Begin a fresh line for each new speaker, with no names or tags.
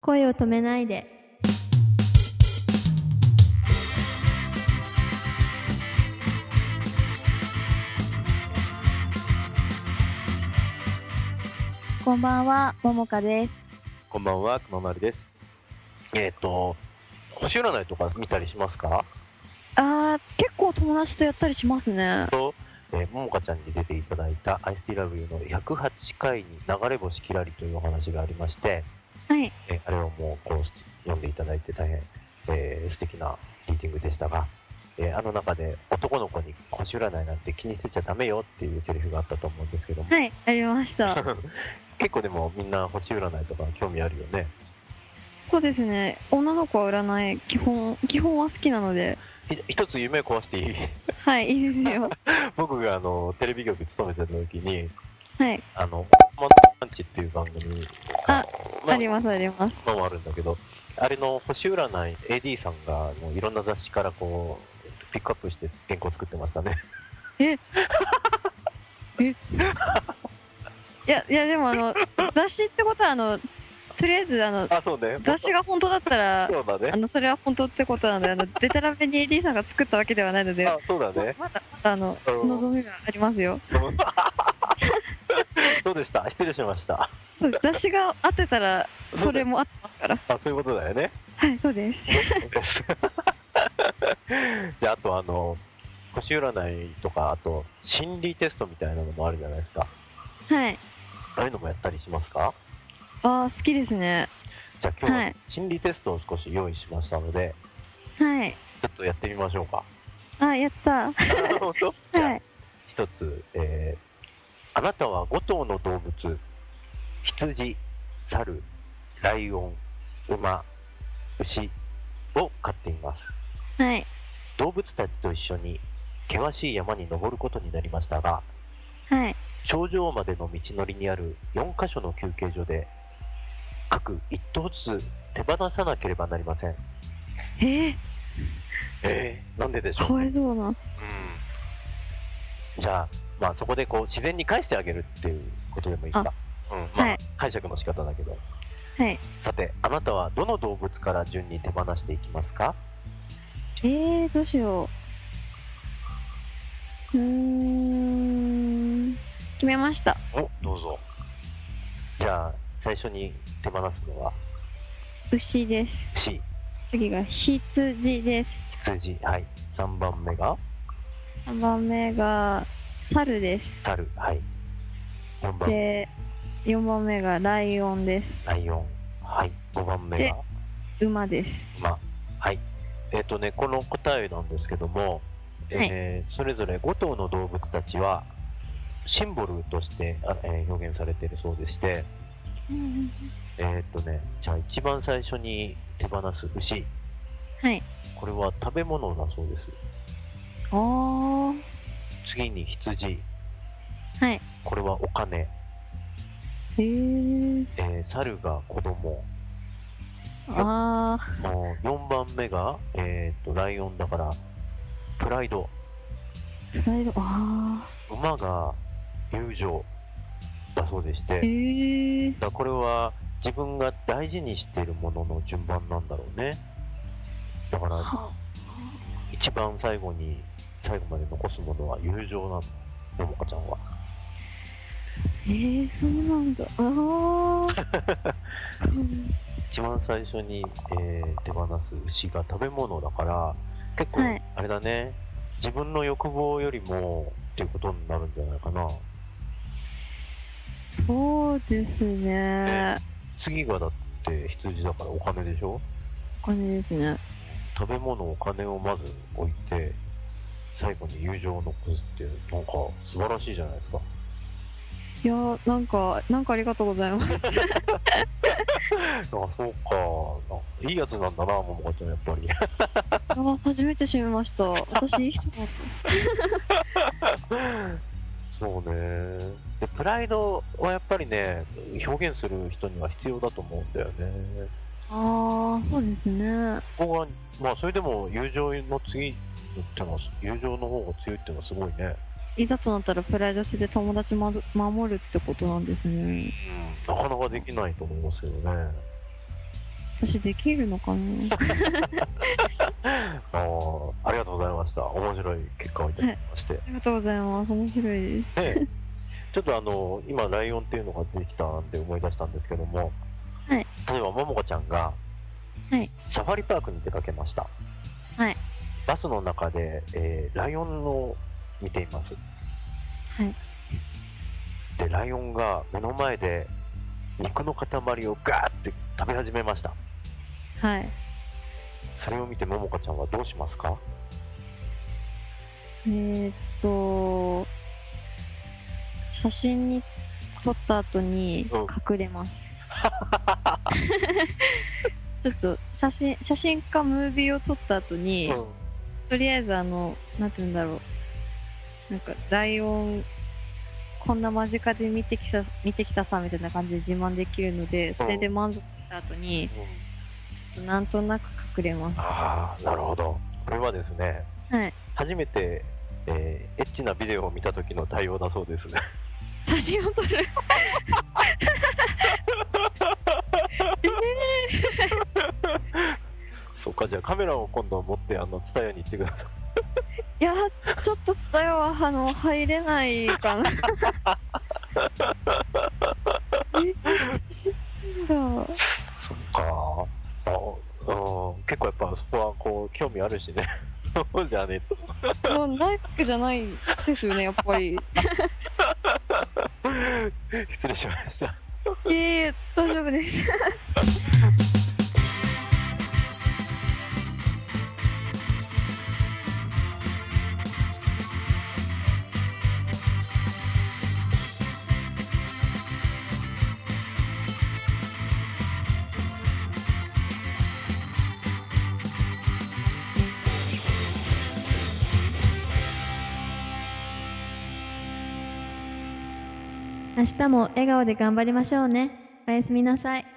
声を止めないで。
こんばんは、ももかです。
こんばんは、くままるです。えっ、と、星占いとか見たりしますか
あー、結構友達とやったりしますね。
と、えー、ももかちゃんに出ていただいた I Still Love You の108回に流れ星キラリというお話がありまして、
はい。
えーあれをもうこうし読んでいただいて大変、えー素敵なリーディングでしたが、えーあの中で男の子に星占いなんて気にしてちゃダメよっていうセリフがあったと思うんですけども、
はい、ありました。
結構でもみんな星占いとか興味あるよね。
そうですね。女の子は占い、基本、基本は好きなので。
ひ一つ夢壊していい
はい、いいです よ。
僕があのテレビ局勤めてた時に、
はい。
あの、マンパンチっていう番組
あ
ま
あります、あります。
今もあるんだけど、あれの星占い AD さんがもういろんな雑誌からこう、ピックアップして原稿作ってましたね。
いや、いや、でも、あの、雑誌ってことは、あの、とりあえず、あの、
あ、そうね。
雑誌が本当だったら、
そうだ
あ
ね。
の、それは本当ってことなので、あの、デタラメに AD さんが作ったわけではないので、
あ、そうだね。
まだ、まだ、あの、
うん
望みがありますよ。
そうでした。失礼しました。
そう雑誌が合ってたら、それも合ってますから。
あ、そういうことだよね。
はい、そうです。
じゃあ、あとあの、星占いとか、あと、心理テストみたいなのもあるじゃないですか。
はい。
ああいうのもやったりしますか
ああ、好きですね。
じゃあ今日
は
はい心理テストを少し用意しましたので、
はい。
ちょっとやってみましょうか。
あ、やった。
なるほど。 じゃ
は
あ
い。
一つ、えーあなたは5頭の動物、羊、猿、ライオン、馬、牛を飼っています。
はい。
動物たちと一緒に険しい山に登ることになりましたが、
はい。
頂上までの道のりにある4箇所の休憩所で、各1頭ずつ手放さなければなりません。
えー、
えー、なんででしょう
かわいそうな。
うんじゃあ、まあ、そこでこう自然に返してあげるっていうことでもいいか、うんまあ
はい
解釈の仕方だけど
はい。
さてあなたはどの動物から順に手放していきますか
えー、どうしよう。うーん。決めました。
おどうぞじゃあ最初に手放すのは
牛です。
C
次が羊です。
羊はい3番目が
3番目が猿です。
猿はい4番目
で、4番目がライオンです。
ライオンはい5番目
で
が
馬です。
まあ、はい。えっ、とね、この答えなんですけども、えーそれぞれ5頭の動物たちは、シンボルとして、あえー表現されているそうでして、えっ、とね、じゃあ一番最初に手放す牛、
はい。
これは食べ物だそうです。
あー。
次に羊、
はい。
これはお金、
えー。
えー猿が子供、
あー。
4番目が、えっ、と、ライオンだから、プライド、
ライオン、あ
馬が友情だそうでして、
ー。えー。
だからこれは自分が大事にしているものの順番なんだろうねだから
は
一番最後に最後まで残すものは友情なのももかちゃんは
えー、そうなんだ。ああ。 うん
一番最初に、えー手放す牛が食べ物だから結構
はい
あれだね、自分の欲望よりもっていうことになるんじゃないかな
そうですね。
次がだって羊だからお金でしょ
お金ですね。
食べ物お金をまず置いて最後に友情を残すってなんか素晴らしいじゃないですか
いやー、なんか、なんかありがとうございます。
あ、そうか。いいやつなんだな、ももかちゃん、やっぱり。
あー初めて知りました。私、いい人だっ
そうね。で、プライドはやっぱりね、表現する人には必要だと思うんだよね。
た。ああ、そうですね。
そこが、まあ、それでも友情の次ってのは、友情の方が強いっていうのはすごいね。
いざとなったらプライドして友達まず守るってことなんですね。
なかなかできないと思いますけどね。
私できるのか
なおありがとうございました面白い結果をいただきまして、はい、
ありがとうございます面白いです、ね、
ちょっとあの今ライオンっていうのが出てきたんで思い出したんですけども、
はい、
例えばももこちゃんが、
はい、
サファリパークに出かけました、
はい、
バスの中で、えー、ライオンを見ています、
はい、
でライオンが目の前で肉の塊をガーって食べ始めました
はい
それを見てももかちゃんはどうしますか
えー、っと写真に撮った後に隠れます、 うん、ちょっと写真写真かムービーを撮った後に、うん、とりあえずあのなんて言うんだろうなんかライオンこんな間近で見てきた見てきたさみたいな感じで自慢できるのでそれで満足した後に、ちょっとなんとなく隠れます、うん、
ああなるほどこれはですね、
はい、
初めて、えー、エッチなビデオを見た時の対応だそうですね
写真を撮る
えー、そっかじゃあカメラを今度持ってあの伝えに行ってください
いやちょっと伝えはあの入れないかな
そっかあ、うん、結構やっぱそこはこう興味あるしね そうじゃね
えともうないわけじゃないですよねやっぱり
失礼しました
いえいえ大丈夫です明日も笑顔で頑張りましょうね。おやすみなさい。